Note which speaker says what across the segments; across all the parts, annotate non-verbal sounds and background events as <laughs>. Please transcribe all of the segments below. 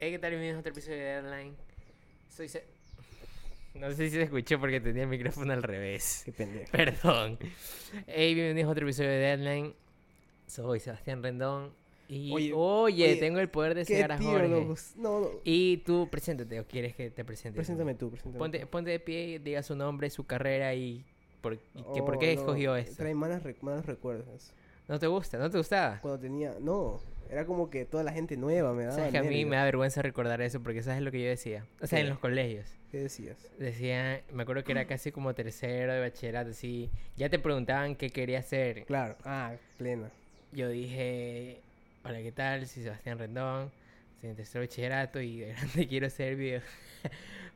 Speaker 1: Hey, ¿qué tal? Bienvenidos a otro episodio de Deadline. Soy Se- No sé si se escuchó porque tenía el micrófono al revés. <laughs>
Speaker 2: Qué pendejo.
Speaker 1: Perdón. Hey, bienvenidos a otro episodio de Deadline. Soy Sebastián Rendón. Y oye,
Speaker 2: Oye, oye,
Speaker 1: tengo el poder de
Speaker 2: Qué
Speaker 1: cegar a
Speaker 2: tío,
Speaker 1: Jorge.
Speaker 2: loco. No, no.
Speaker 1: Y tú, preséntate, o quieres que te presente.
Speaker 2: Preséntame tú, preséntame.
Speaker 1: Ponte, ponte de pie, diga su nombre, su carrera y por, y
Speaker 2: tú.
Speaker 1: que por
Speaker 2: Oh,
Speaker 1: qué
Speaker 2: no,
Speaker 1: escogió esto.
Speaker 2: Trae malas, re- malos recuerdos.
Speaker 1: ¿No te gusta? ¿No te gustaba?
Speaker 2: Cuando tenía. No, era como que toda la gente nueva me daba.
Speaker 1: Sabes que a mí
Speaker 2: nervio.
Speaker 1: me da vergüenza recordar eso porque sabes lo que yo decía. O sea,
Speaker 2: ¿Qué?
Speaker 1: en los colegios.
Speaker 2: ¿Qué decías?
Speaker 1: Decía, me acuerdo que era casi como tercero de bachillerato, así. Ya te preguntaban qué quería hacer.
Speaker 2: Claro. Ah, plena.
Speaker 1: Yo dije, hola, ¿qué tal? Soy Sebastián Rendón, soy en tercero de bachillerato y de grande <laughs> quiero ser video...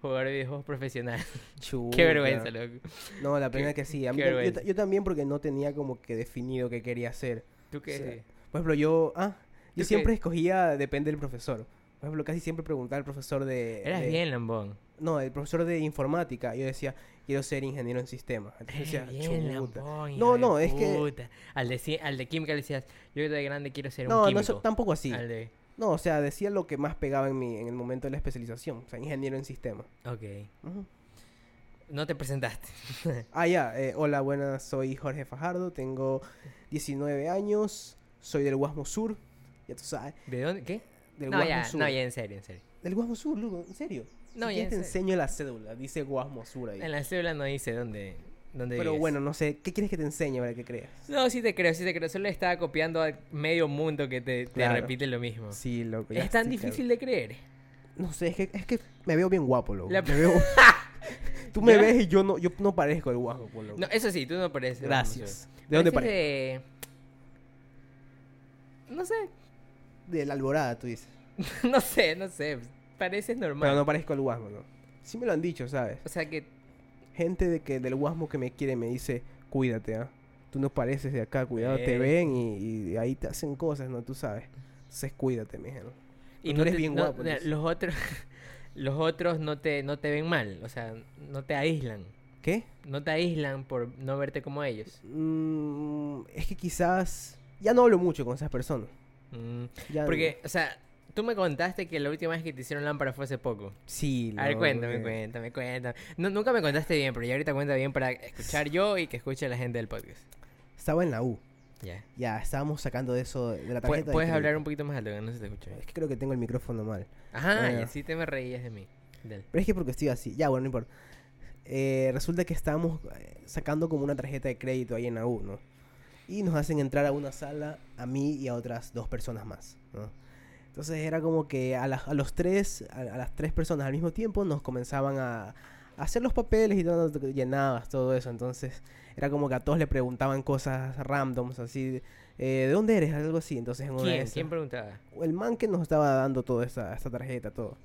Speaker 1: jugador de videojuegos profesional. <laughs> qué
Speaker 2: Chuta.
Speaker 1: vergüenza, loco.
Speaker 2: No, la pena que sí. A mí
Speaker 1: qué
Speaker 2: tam- yo
Speaker 1: vergüenza.
Speaker 2: ta- yo, también porque no tenía como que definido qué quería hacer.
Speaker 1: ¿Tú qué?
Speaker 2: Sí. Por ejemplo, yo. Ah,
Speaker 1: qué?
Speaker 2: yo siempre escogía, depende del profesor. Por ejemplo, casi siempre preguntaba al profesor de.
Speaker 1: Eras
Speaker 2: de-
Speaker 1: bien lambón.
Speaker 2: No, el profesor de informática. Yo decía, quiero ser ingeniero en sistemas. Entonces
Speaker 1: Eras
Speaker 2: decía,
Speaker 1: bien
Speaker 2: chuta.
Speaker 1: lambón. hijo
Speaker 2: No,
Speaker 1: de
Speaker 2: no, es que-
Speaker 1: puta. Al de, ci- al de química le decías, yo de grande quiero ser un
Speaker 2: No, no,
Speaker 1: químico.
Speaker 2: eso tampoco así.
Speaker 1: Al de...
Speaker 2: No, o sea, decía lo que más pegaba en mí en el momento de la especialización. O sea, ingeniero en sistema.
Speaker 1: Ok. <laughs>
Speaker 2: Ujú.
Speaker 1: No te presentaste.
Speaker 2: Ah, ya. eh, hola, buenas. Soy Jorge Fajardo. Tengo 19 años. Soy del Guasmo Sur. Ya tú sabes.
Speaker 1: ¿De dónde? ¿Qué?
Speaker 2: Del
Speaker 1: no,
Speaker 2: Guasmo
Speaker 1: ya,
Speaker 2: Sur.
Speaker 1: no, ya, en serio, en serio.
Speaker 2: Del Guasmo Sur, loco. ¿En serio?
Speaker 1: No,
Speaker 2: Si
Speaker 1: ya,
Speaker 2: quieres
Speaker 1: en
Speaker 2: te
Speaker 1: serio.
Speaker 2: enseño la cédula. Dice Guasmo Sur ahí.
Speaker 1: En la célula no dice dónde, dónde
Speaker 2: Pero
Speaker 1: vives.
Speaker 2: bueno, no sé. ¿Qué quieres que te enseñe para que creas?
Speaker 1: No, sí te creo, sí te creo. Solo estaba copiando a medio mundo que te, te
Speaker 2: Claro.
Speaker 1: repite lo mismo.
Speaker 2: Sí, loco. ya
Speaker 1: es tan
Speaker 2: sí, claro.
Speaker 1: difícil de creer.
Speaker 2: No sé, es que, es que me veo bien guapo, loco.
Speaker 1: La- <laughs>
Speaker 2: Me veo... tú me
Speaker 1: ¿Ya?
Speaker 2: ves y yo no, yo no parezco el guapo, loco.
Speaker 1: No, eso sí, tú no pareces. de
Speaker 2: Gracias.
Speaker 1: Guasmo Sur.
Speaker 2: ¿De dónde
Speaker 1: Pareces
Speaker 2: parece?
Speaker 1: de- No sé, <laughs>
Speaker 2: De la alborada, tú dices.
Speaker 1: no sé, no sé. Pareces normal.
Speaker 2: Pero no parezco el guasmo, ¿no? Sí me lo han dicho, ¿sabes?
Speaker 1: O sea que
Speaker 2: Gente de que del guasmo que me quiere me dice, cuídate, ¿ah? Tú no pareces de acá, cuidado, te
Speaker 1: Ey.
Speaker 2: ven y, y ahí te hacen cosas, ¿no? Tú sabes. Entonces cuídate, mi hija, ¿no?
Speaker 1: y
Speaker 2: tú eres bien guapo,
Speaker 1: mira,
Speaker 2: entonces.
Speaker 1: los otros <laughs> los otros no te no te ven mal, o sea, no te aíslan.
Speaker 2: ¿Qué?
Speaker 1: No te aíslan por no verte como ellos.
Speaker 2: Mm, es que quizás... Ya no hablo mucho con esas personas.
Speaker 1: Mm,
Speaker 2: Ya
Speaker 1: Porque, o sea, tú me contaste que la última vez que te hicieron lámpara fue hace poco.
Speaker 2: Sí,
Speaker 1: A ver,
Speaker 2: loco,
Speaker 1: cuéntame,
Speaker 2: que-
Speaker 1: cuéntame, cuéntame. No, nunca me contaste bien, pero ya ahorita cuenta bien para escuchar yo y que escuche la gente del podcast.
Speaker 2: Estaba en la U.
Speaker 1: Ya.
Speaker 2: Ya, estábamos sacando de eso de la tarjeta.
Speaker 1: Pu- Puedes
Speaker 2: de crédito.
Speaker 1: hablar un poquito más alto, que no se te escucha bien.
Speaker 2: Es que creo que tengo el micrófono mal.
Speaker 1: Ajá, y
Speaker 2: Bueno.
Speaker 1: así te me reías de mí. Dale.
Speaker 2: Pero es que porque estoy así. Ya, bueno, no importa. Eh, resulta que estábamos eh, sacando como una tarjeta de crédito ahí en la U, ¿no? Y nos hacen entrar a una sala, a mí y a otras dos personas más, ¿no? Entonces era como que a, las- a los tres, a, a las tres personas al mismo tiempo nos comenzaban a, a hacer los papeles y todo, llenabas todo eso. Entonces era como que a todos le preguntaban cosas randoms, así, eh, ¿de dónde eres? Algo así. Entonces en una de
Speaker 1: ¿Quién?
Speaker 2: esas-
Speaker 1: ¿Quién preguntaba?
Speaker 2: el man que nos estaba dando toda esta, esta tarjeta, todo.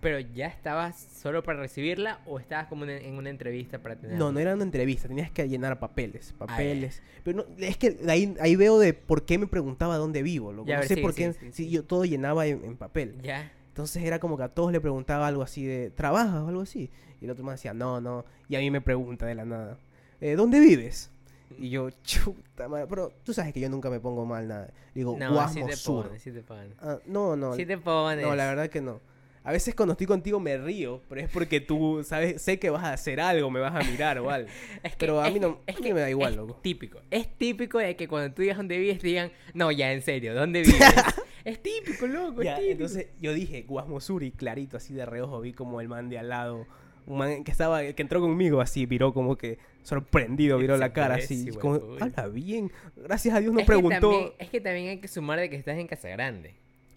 Speaker 1: ¿Pero ya estabas solo para recibirla o estabas como en, en una entrevista para tener?
Speaker 2: No, no era una entrevista, tenías que llenar
Speaker 1: Ah,
Speaker 2: papeles, papeles. Pero no, es que de ahí, ahí veo de por qué me preguntaba dónde vivo, loco.
Speaker 1: Ya, a
Speaker 2: no
Speaker 1: ver,
Speaker 2: sé
Speaker 1: sigue,
Speaker 2: por qué
Speaker 1: sigue, sigue,
Speaker 2: si
Speaker 1: sigue.
Speaker 2: yo todo llenaba en, en papel.
Speaker 1: Ya.
Speaker 2: Entonces era como que a todos le preguntaba algo así de ¿trabajas o algo así? Y el otro me decía, no, no. Y a mí me pregunta de la nada, "Eh, ¿dónde vives? Y yo, chuta madre. Pero tú sabes que yo nunca me pongo mal nada. Digo,
Speaker 1: No, sí
Speaker 2: Guasmo
Speaker 1: te
Speaker 2: Sur.
Speaker 1: pones, sí te pones.
Speaker 2: Ah, no, no.
Speaker 1: Sí te pones.
Speaker 2: No, la verdad que no. A veces cuando estoy contigo me río, pero es porque tú sabes, sé que vas a hacer algo, me vas a mirar o algo.
Speaker 1: Es que-
Speaker 2: pero a
Speaker 1: es
Speaker 2: mí no,
Speaker 1: que- es
Speaker 2: a mí
Speaker 1: que
Speaker 2: me da igual,
Speaker 1: es
Speaker 2: loco.
Speaker 1: Típico. Es típico de que cuando tú digas dónde vives, te digan, no, ya, en serio, ¿dónde
Speaker 2: <laughs>
Speaker 1: vives? es típico, loco, es
Speaker 2: Ya,
Speaker 1: típico.
Speaker 2: entonces yo dije Guasmosur y clarito, así de reojo, vi como el man de al lado, un man que estaba, que entró conmigo así, viró como que sorprendido, viró
Speaker 1: Se
Speaker 2: la cara
Speaker 1: parece,
Speaker 2: así,
Speaker 1: güey,
Speaker 2: como,
Speaker 1: güey.
Speaker 2: habla bien, gracias a Dios no
Speaker 1: Es que
Speaker 2: preguntó.
Speaker 1: también- es que también hay que sumar de que estás en Casa Grande.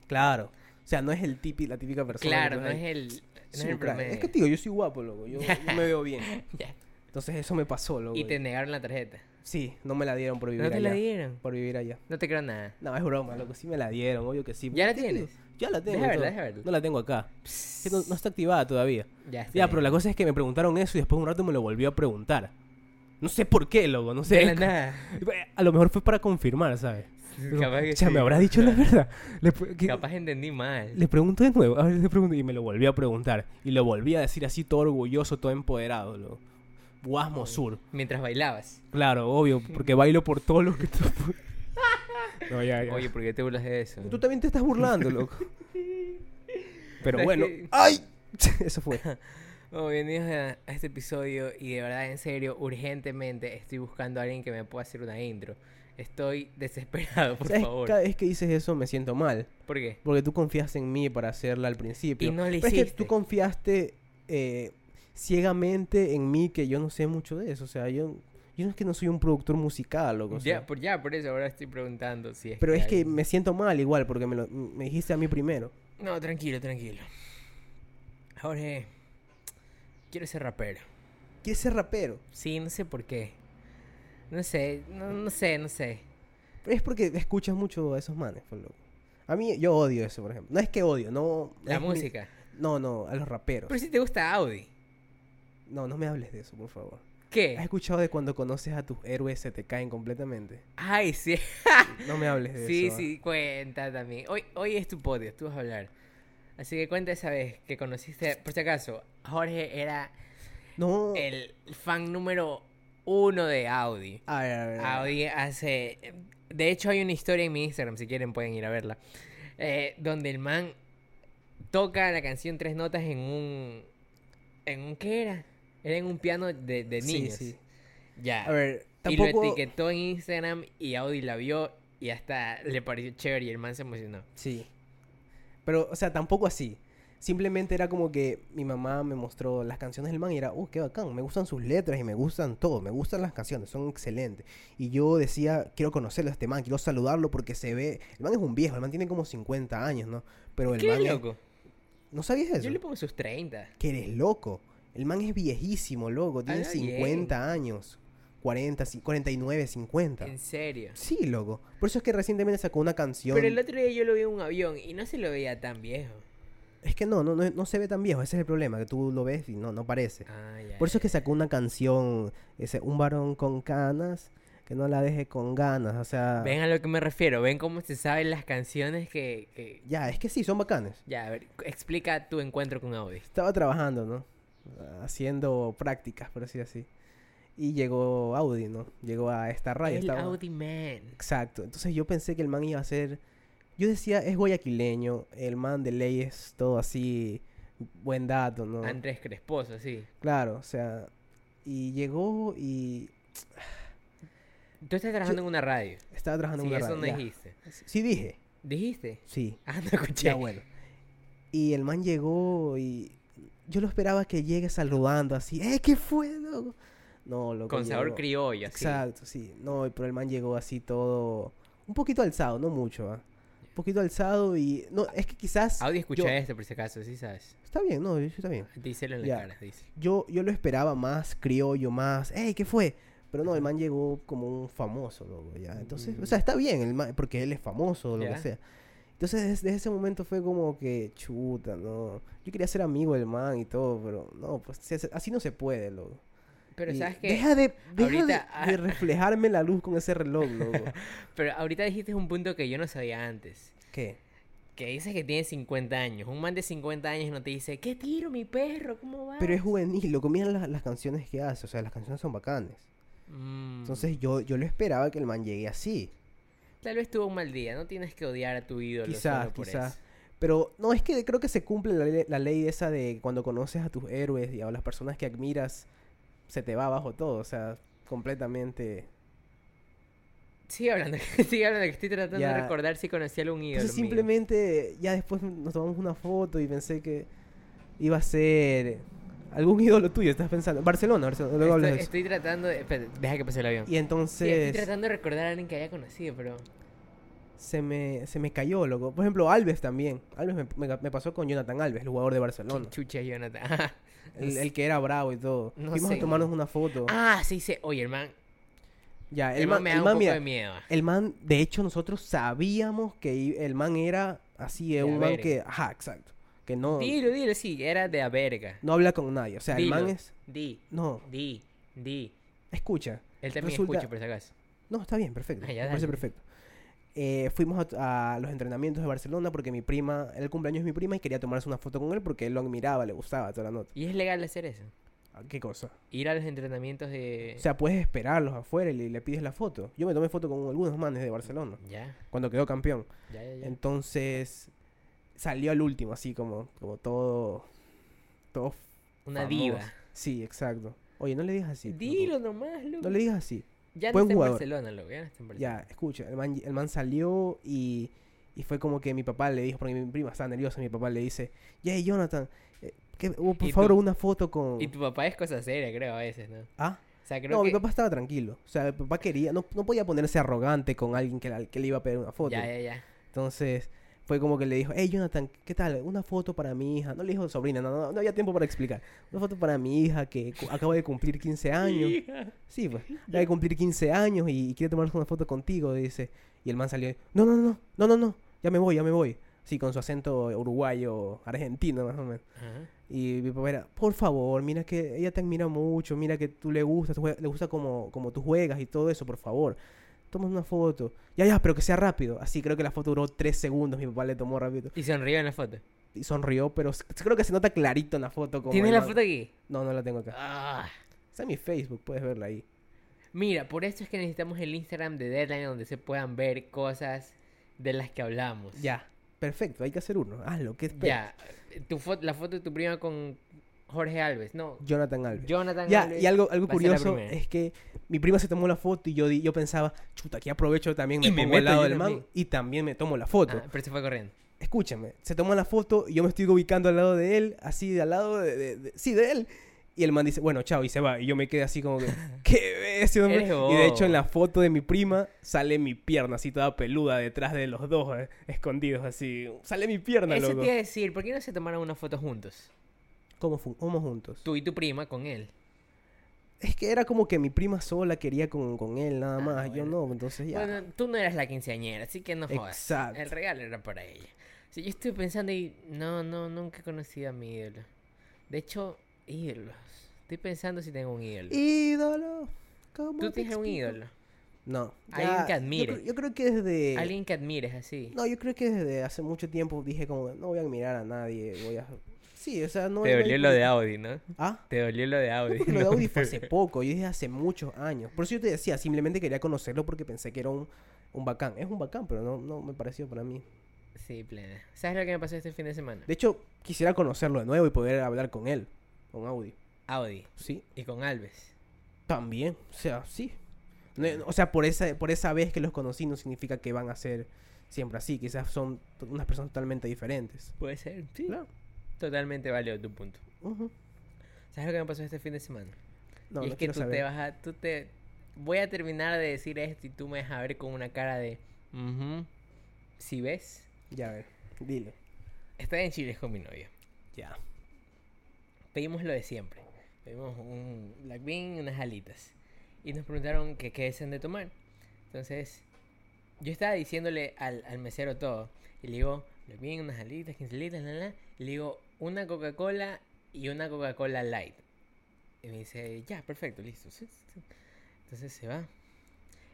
Speaker 2: Claro, o sea, no es el típico, la típica persona. que
Speaker 1: Claro,
Speaker 2: tú
Speaker 1: no
Speaker 2: ves
Speaker 1: es
Speaker 2: ahí.
Speaker 1: el, no es
Speaker 2: Sí,
Speaker 1: el
Speaker 2: claro.
Speaker 1: promedio.
Speaker 2: Es que tío, yo soy guapo, loco, yo, yo me veo bien.
Speaker 1: <laughs> Ya.
Speaker 2: Entonces eso me pasó, loco.
Speaker 1: Y te negaron la tarjeta.
Speaker 2: Sí, no me la dieron por vivir
Speaker 1: No te
Speaker 2: allá.
Speaker 1: la dieron.
Speaker 2: Por vivir allá.
Speaker 1: No te creo nada.
Speaker 2: No, es broma, loco. Sí me la dieron, obvio que sí.
Speaker 1: ¿Ya la
Speaker 2: ¿Qué te
Speaker 1: tienes?
Speaker 2: digo? Ya la tengo.
Speaker 1: Deja
Speaker 2: y
Speaker 1: verla,
Speaker 2: todo.
Speaker 1: deja verla.
Speaker 2: No la tengo acá. Sí, no, no está activada todavía.
Speaker 1: Ya, está
Speaker 2: Ya,
Speaker 1: bien.
Speaker 2: pero la cosa es que me preguntaron eso y después de un rato me lo volvió a preguntar. No sé por qué, loco. No sé.
Speaker 1: De la nada.
Speaker 2: <laughs> A lo mejor fue para confirmar, ¿sabes? Pero,
Speaker 1: Capaz que
Speaker 2: "Cha,
Speaker 1: sí.
Speaker 2: me habrá dicho la verdad. Le, pre- que-
Speaker 1: Capaz entendí mal.
Speaker 2: le pregunto de nuevo. A ver, le pregunto. Y me lo volvió a preguntar. Y lo volví a decir así, todo orgulloso, todo empoderado, loco. Guasmo Sur.
Speaker 1: Mientras bailabas.
Speaker 2: Claro, obvio, porque bailo por todos los que tú. <laughs> no, ya, ya.
Speaker 1: Oye, ¿por qué te burlas de eso? <laughs>
Speaker 2: Tú también te estás burlando, loco. Pero
Speaker 1: Es
Speaker 2: bueno,
Speaker 1: que-
Speaker 2: ¡ay! <laughs> Eso fue.
Speaker 1: Bueno, bienvenidos a, a este episodio y de verdad, en serio, urgentemente estoy buscando a alguien que me pueda hacer una intro. Estoy <laughs> desesperado, por
Speaker 2: ¿Sabes?
Speaker 1: favor.
Speaker 2: Cada vez que dices eso me siento mal.
Speaker 1: ¿Por qué?
Speaker 2: Porque tú confiaste en mí para hacerla al principio.
Speaker 1: Y no la
Speaker 2: Pero es que
Speaker 1: hiciste.
Speaker 2: tú confiaste eh, ciegamente en mí que yo no sé mucho de eso. O sea, yo, yo no es que no soy un productor musical, loco. o sea.
Speaker 1: Ya pues, por, ya, por eso ahora estoy preguntando si es
Speaker 2: Pero es que
Speaker 1: alguien-
Speaker 2: me siento mal igual porque me, lo, me dijiste a mí primero.
Speaker 1: No, tranquilo, tranquilo. Jorge, quiero ser rapero.
Speaker 2: ¿Quieres ser rapero?
Speaker 1: Sí, no sé por qué. No sé, no, no sé, no sé.
Speaker 2: Pero es porque escuchas mucho a esos manes, pues, loco. A mí, yo odio eso, por ejemplo. No es que odio, no...
Speaker 1: La
Speaker 2: es mi-
Speaker 1: música.
Speaker 2: No, no, a los raperos.
Speaker 1: Pero si te gusta Audi.
Speaker 2: No, no me hables de eso, por favor. ¿Has
Speaker 1: ¿Qué?
Speaker 2: escuchado de cuando conoces a tus héroes se te caen completamente?
Speaker 1: Ay, sí.
Speaker 2: No me hables de
Speaker 1: Sí,
Speaker 2: eso. ah.
Speaker 1: sí, cuenta también. Hoy, hoy es tu podcast, tú vas a hablar. Así que cuenta esa vez que conociste, por si acaso, Jorge era
Speaker 2: No.
Speaker 1: el fan número uno de Audi.
Speaker 2: A ver, a ver. a ver.
Speaker 1: Audi hace. De hecho, hay una historia en mi Instagram, si quieren pueden ir a verla. eh, donde el man toca la canción tres notas en un. ¿En un qué era? Era en un piano de, de
Speaker 2: Sí,
Speaker 1: niños.
Speaker 2: sí.
Speaker 1: Ya.
Speaker 2: A ver,
Speaker 1: Y lo
Speaker 2: tampoco.
Speaker 1: etiquetó en Instagram y Audi la vio y hasta le pareció chévere y el man se emocionó.
Speaker 2: Sí. Pero, o sea, tampoco así. Simplemente era como que mi mamá me mostró las canciones del man y era, uh, qué bacán, me gustan sus letras y me gustan todo, me gustan las canciones, son excelentes. Y yo decía, quiero conocerlo a este man, quiero saludarlo porque se ve. El man es un viejo, el man tiene como 50 años, ¿no? Pero el
Speaker 1: ¿Qué
Speaker 2: man. es-
Speaker 1: loco?
Speaker 2: ¿No sabías eso?
Speaker 1: Yo le pongo sus 30.
Speaker 2: Que eres loco. El man es viejísimo, loco, tiene
Speaker 1: Ah,
Speaker 2: 50 años, 40, ci- 49, 50.
Speaker 1: En serio.
Speaker 2: Sí, loco. Por eso es que recientemente sacó una canción.
Speaker 1: Pero el otro día yo lo vi en un avión y no se lo veía tan viejo.
Speaker 2: Es que no, no, no, no se ve tan viejo, ese es el problema, que tú lo ves y no, no parece.
Speaker 1: Ah, ya.
Speaker 2: Por eso
Speaker 1: ya,
Speaker 2: es que
Speaker 1: ya.
Speaker 2: sacó una canción, ese, un varón con canas, que no la deje con ganas, o sea...
Speaker 1: Ven a lo que me refiero, ven cómo se saben las canciones que... que-
Speaker 2: Ya, es que sí, son bacanes.
Speaker 1: Ya, a ver, cu- explica tu encuentro con Audi.
Speaker 2: Estaba trabajando, ¿no? Haciendo prácticas, por así así. Y llegó Audi, ¿no? Llegó a esta radio.
Speaker 1: el
Speaker 2: estaba-
Speaker 1: Audi Man.
Speaker 2: Exacto. Entonces yo pensé que el man iba a ser. Yo decía, es guayaquileño, el man de ley es todo así, buen dato, ¿no?
Speaker 1: Andrés Cresposo, sí.
Speaker 2: Claro, o sea. Y llegó y
Speaker 1: Tú estás trabajando en una radio.
Speaker 2: estaba trabajando
Speaker 1: Sí,
Speaker 2: en Ah, una
Speaker 1: eso
Speaker 2: radio,
Speaker 1: no
Speaker 2: ya.
Speaker 1: dijiste.
Speaker 2: Sí dije,
Speaker 1: ¿Dijiste?
Speaker 2: sí.
Speaker 1: Ah, no escuché.
Speaker 2: Ya bueno. Y el man llegó y yo lo esperaba que llegue saludando así, ¡eh, qué fue, loco! No, loco.
Speaker 1: Con sabor
Speaker 2: llegó.
Speaker 1: criollo, así.
Speaker 2: Exacto, sí. No, pero el man llegó así todo. Un poquito alzado, no mucho, ¿ah? Un poquito alzado y. No, es que quizás.
Speaker 1: Audi escucha
Speaker 2: yo-
Speaker 1: esto, por si acaso, sí sabes.
Speaker 2: Está bien, no, yo- yo está bien.
Speaker 1: Díselo en la
Speaker 2: Ya.
Speaker 1: cara, dice.
Speaker 2: Yo, yo lo esperaba más criollo, más, ¡Ey, qué fue! Pero no, el man llegó como un famoso, loco, ya. Entonces, o sea, está bien, el man- porque él es famoso, lo
Speaker 1: Mm. Ya.
Speaker 2: que sea. Entonces, des- desde ese momento fue como que, chuta, no. Yo quería ser amigo del man y todo, pero no, pues se- se- así no se puede, loco.
Speaker 1: Pero
Speaker 2: Y
Speaker 1: sabes que...
Speaker 2: Deja de, deja de-
Speaker 1: ahorita- ah.
Speaker 2: de, reflejarme la luz con ese reloj, loco.
Speaker 1: <laughs> Pero ahorita dijiste un punto que yo no sabía antes.
Speaker 2: ¿Qué?
Speaker 1: Que dices que tiene 50 años. Un man de 50 años no te dice, ¿qué tiro, mi perro? ¿Cómo va?
Speaker 2: Pero es juvenil, loco. Mira las, las canciones que hace, o sea, las canciones son bacanes.
Speaker 1: Mm.
Speaker 2: Entonces, yo, yo lo esperaba que el man llegue así.
Speaker 1: Tal vez tuvo un mal día, no tienes que odiar a tu ídolo
Speaker 2: Quizás,
Speaker 1: solo por
Speaker 2: quizás.
Speaker 1: eso.
Speaker 2: Pero no, es que creo que se cumple la, le- la ley esa de cuando conoces a tus héroes y a las personas que admiras, se te va abajo todo, o sea, completamente.
Speaker 1: Sigue hablando, <laughs> sigue hablando, que estoy tratando de
Speaker 2: Ya.
Speaker 1: recordar si conocí a algún ídolo
Speaker 2: Entonces
Speaker 1: mío.
Speaker 2: simplemente ya después nos tomamos una foto y pensé que iba a ser algún ídolo tuyo, estás pensando. Barcelona, Barcelona, luego hablas
Speaker 1: Estoy,
Speaker 2: de eso.
Speaker 1: estoy tratando de... espérate, deja que pase el avión. Este, Sí,
Speaker 2: Y
Speaker 1: estoy
Speaker 2: entonces
Speaker 1: tratando de recordar a alguien que haya conocido, pero...
Speaker 2: se, me, se me cayó, loco. Por ejemplo, Alves también. Alves me, me- me pasó con Jonathan Alves, el jugador de Barcelona.
Speaker 1: Chucha, Jonathan. <laughs>
Speaker 2: El, el que era bravo y todo.
Speaker 1: No
Speaker 2: Fuimos
Speaker 1: sé.
Speaker 2: a tomarnos una foto.
Speaker 1: ah, sí, sí. Oye, el man,
Speaker 2: Ya,
Speaker 1: el,
Speaker 2: el,
Speaker 1: man,
Speaker 2: man-
Speaker 1: me
Speaker 2: el
Speaker 1: da un
Speaker 2: man,
Speaker 1: poco
Speaker 2: mira,
Speaker 1: de miedo.
Speaker 2: El man, de hecho, nosotros sabíamos que i- el man era así, es
Speaker 1: De
Speaker 2: un man
Speaker 1: Avere.
Speaker 2: que, ajá, exacto, que no,
Speaker 1: Dilo, dilo, sí, era de a verga.
Speaker 2: no habla con nadie, o sea,
Speaker 1: Dilo,
Speaker 2: el man es,
Speaker 1: Di,
Speaker 2: no,
Speaker 1: di, di.
Speaker 2: escucha,
Speaker 1: Él también
Speaker 2: Resulta-
Speaker 1: escucha, por si acaso.
Speaker 2: no, está bien, perfecto,
Speaker 1: Ah, ya,
Speaker 2: me
Speaker 1: dale.
Speaker 2: parece perfecto. Eh, fuimos a t- a, los entrenamientos de Barcelona porque mi prima, era el cumpleaños de mi prima y quería tomarse una foto con él porque él lo admiraba, le gustaba toda la nota.
Speaker 1: ¿Y es legal hacer eso?
Speaker 2: Ah, ¿Qué cosa?
Speaker 1: Ir a los entrenamientos de...
Speaker 2: O sea, puedes esperarlos afuera y le, le pides la foto. Yo me tomé foto con algunos manes de Barcelona
Speaker 1: ya,
Speaker 2: cuando quedó campeón.
Speaker 1: ya, ya, ya.
Speaker 2: Entonces, salió al último, así como, como todo. Todo.
Speaker 1: Una
Speaker 2: famoso.
Speaker 1: diva.
Speaker 2: Sí, exacto. Oye, no le digas así. loco.
Speaker 1: Dilo nomás, loco.
Speaker 2: No le digas así.
Speaker 1: Ya no
Speaker 2: buen
Speaker 1: está en
Speaker 2: jugador.
Speaker 1: Barcelona, loco. Ya no está en Barcelona.
Speaker 2: Ya, escucha, el man, el man salió y, y fue como que mi papá le dijo, porque mi prima estaba nerviosa, mi papá le dice, Yay, Jonathan, eh, que- oh, por
Speaker 1: Y
Speaker 2: favor,
Speaker 1: tu-
Speaker 2: una foto con...
Speaker 1: Y tu papá es cosa seria, creo, a veces, ¿no? O
Speaker 2: Ah,
Speaker 1: sea, creo
Speaker 2: no,
Speaker 1: que...
Speaker 2: mi papá estaba tranquilo. O sea, mi papá quería, no, no podía ponerse arrogante con alguien que, la- que le iba a pedir una foto.
Speaker 1: Ya, ya, ya.
Speaker 2: Entonces, fue como que le dijo, hey, Jonathan, ¿qué tal? Una foto para mi hija. No le dijo sobrina, no, no, no había tiempo para explicar. Una foto para mi hija que cu- acaba de cumplir 15 años. Sí, pues. Acaba de cumplir 15 años y quiere tomarse una foto contigo, dice. Y el man salió, no, no, no, no, no, no, no, ya me voy, ya me voy. Sí, con su acento uruguayo, argentino, más o menos.
Speaker 1: Ajá.
Speaker 2: Y mi papá era, por favor, mira que ella te admira mucho, mira que tú le gustas, tú jue- le gusta como, como tú juegas y todo eso, por favor. Toma una foto. Ya, ya, pero que sea rápido. Así creo que la foto duró tres segundos, mi papá le tomó rápido.
Speaker 1: Y sonrió en la foto.
Speaker 2: Y sonrió, pero s- creo que se nota clarito en la foto. Como
Speaker 1: ¿Tienes
Speaker 2: el
Speaker 1: la
Speaker 2: man-
Speaker 1: foto aquí?
Speaker 2: No, no la tengo acá.
Speaker 1: Ah.
Speaker 2: Está en mi Facebook, puedes verla ahí.
Speaker 1: Mira, por eso es que necesitamos el Instagram de Deadline donde se puedan ver cosas de las que hablamos.
Speaker 2: Ya, perfecto, hay que hacer uno. Hazlo, ¿qué esperas?
Speaker 1: Ya. Tu fo- la foto de tu prima con Jorge Alves. No,
Speaker 2: Jonathan Alves.
Speaker 1: Jonathan
Speaker 2: Ya,
Speaker 1: Alves.
Speaker 2: y algo, algo
Speaker 1: va a ser la
Speaker 2: curioso
Speaker 1: primera.
Speaker 2: es que mi prima se tomó la foto y yo, di- yo pensaba, chuta, aquí aprovecho también, me,
Speaker 1: Y me
Speaker 2: pongo al
Speaker 1: meto
Speaker 2: lado
Speaker 1: yo
Speaker 2: del man
Speaker 1: también.
Speaker 2: y también me tomo la foto.
Speaker 1: Ah, pero se fue corriendo.
Speaker 2: Escúchame, se toma la foto y yo me estoy ubicando al lado de él, así de al lado de, de- de- sí, de él. Y el man dice, bueno, chao, y se va. Y yo me quedé así
Speaker 1: <laughs>
Speaker 2: como que, ¿qué bestia, hombre?".
Speaker 1: Eres
Speaker 2: Y de hecho,
Speaker 1: bobo.
Speaker 2: en la foto de mi prima sale mi pierna así toda peluda detrás de los dos, eh, escondidos así. Sale mi pierna,
Speaker 1: Eso
Speaker 2: loco.
Speaker 1: te iba a decir, ¿por qué no se tomaron una foto juntos?
Speaker 2: ¿Cómo, fu- cómo juntos?
Speaker 1: Tú y tu prima con él.
Speaker 2: Es que era como que mi prima sola quería con, con él nada
Speaker 1: Ah,
Speaker 2: más, yo
Speaker 1: bueno.
Speaker 2: no, entonces ya.
Speaker 1: Bueno, tú no eras la quinceañera, así que no jodas.
Speaker 2: Exacto.
Speaker 1: El regalo era para ella. Si yo estoy pensando y no, no, nunca he conocido a mi ídolo. De hecho, ídolos. Estoy pensando si tengo un ídolo.
Speaker 2: Ídolo. ¿cómo
Speaker 1: ¿Tú
Speaker 2: te
Speaker 1: tienes un
Speaker 2: explico?
Speaker 1: ídolo?
Speaker 2: No.
Speaker 1: Alguien
Speaker 2: ya,
Speaker 1: que
Speaker 2: yo
Speaker 1: admire.
Speaker 2: creo- Yo, creo que desde...
Speaker 1: Alguien que admires así.
Speaker 2: No, yo creo que desde hace mucho tiempo dije como, no voy a admirar a nadie, voy a... Sí, o sea, no...
Speaker 1: Te
Speaker 2: no hay
Speaker 1: dolió lo de
Speaker 2: por-
Speaker 1: Audi, ¿no? <laughs>
Speaker 2: ¿Ah?
Speaker 1: Te dolió lo de
Speaker 2: No,
Speaker 1: Audi.
Speaker 2: porque <laughs> lo de
Speaker 1: ¿no?
Speaker 2: Audi
Speaker 1: <laughs>
Speaker 2: fue hace poco, yo dije hace muchos años. Por eso yo te decía, simplemente quería conocerlo porque pensé que era un, un bacán. Es un bacán, pero no, no me pareció para mí.
Speaker 1: Sí, plena. ¿Sabes lo que me pasó este fin de semana?
Speaker 2: De hecho, quisiera conocerlo de nuevo y poder hablar con él, con Audi.
Speaker 1: Audi.
Speaker 2: Sí,
Speaker 1: Y con Alves.
Speaker 2: También, o sea, sí. No, no, o sea, por esa, por esa vez que los conocí no significa que van a ser siempre así. Quizás son to- unas personas totalmente diferentes.
Speaker 1: Puede ser, sí.
Speaker 2: Claro.
Speaker 1: Totalmente válido tu punto.
Speaker 2: Ujú.
Speaker 1: ¿Sabes lo que me pasó este fin de semana?
Speaker 2: No,
Speaker 1: y es
Speaker 2: no
Speaker 1: que
Speaker 2: quiero
Speaker 1: tú
Speaker 2: saber.
Speaker 1: te vas a... Tú te... Voy a terminar de decir esto y tú me vas a ver con una cara de... "Ujú, Si ves,
Speaker 2: Ya, a ver, dile.
Speaker 1: estaba en Chile con mi novia.
Speaker 2: Ya.
Speaker 1: Pedimos lo de siempre. Pedimos un black bean y unas alitas. Y nos preguntaron que qué desean de tomar. Entonces, yo estaba diciéndole al, al mesero todo. Y le digo, black bean, unas alitas, 15 alitas, la, la. Y le digo, una Coca-Cola y una Coca-Cola light. Y me dice, ya, perfecto, listo. Sí, sí, sí. Entonces se va.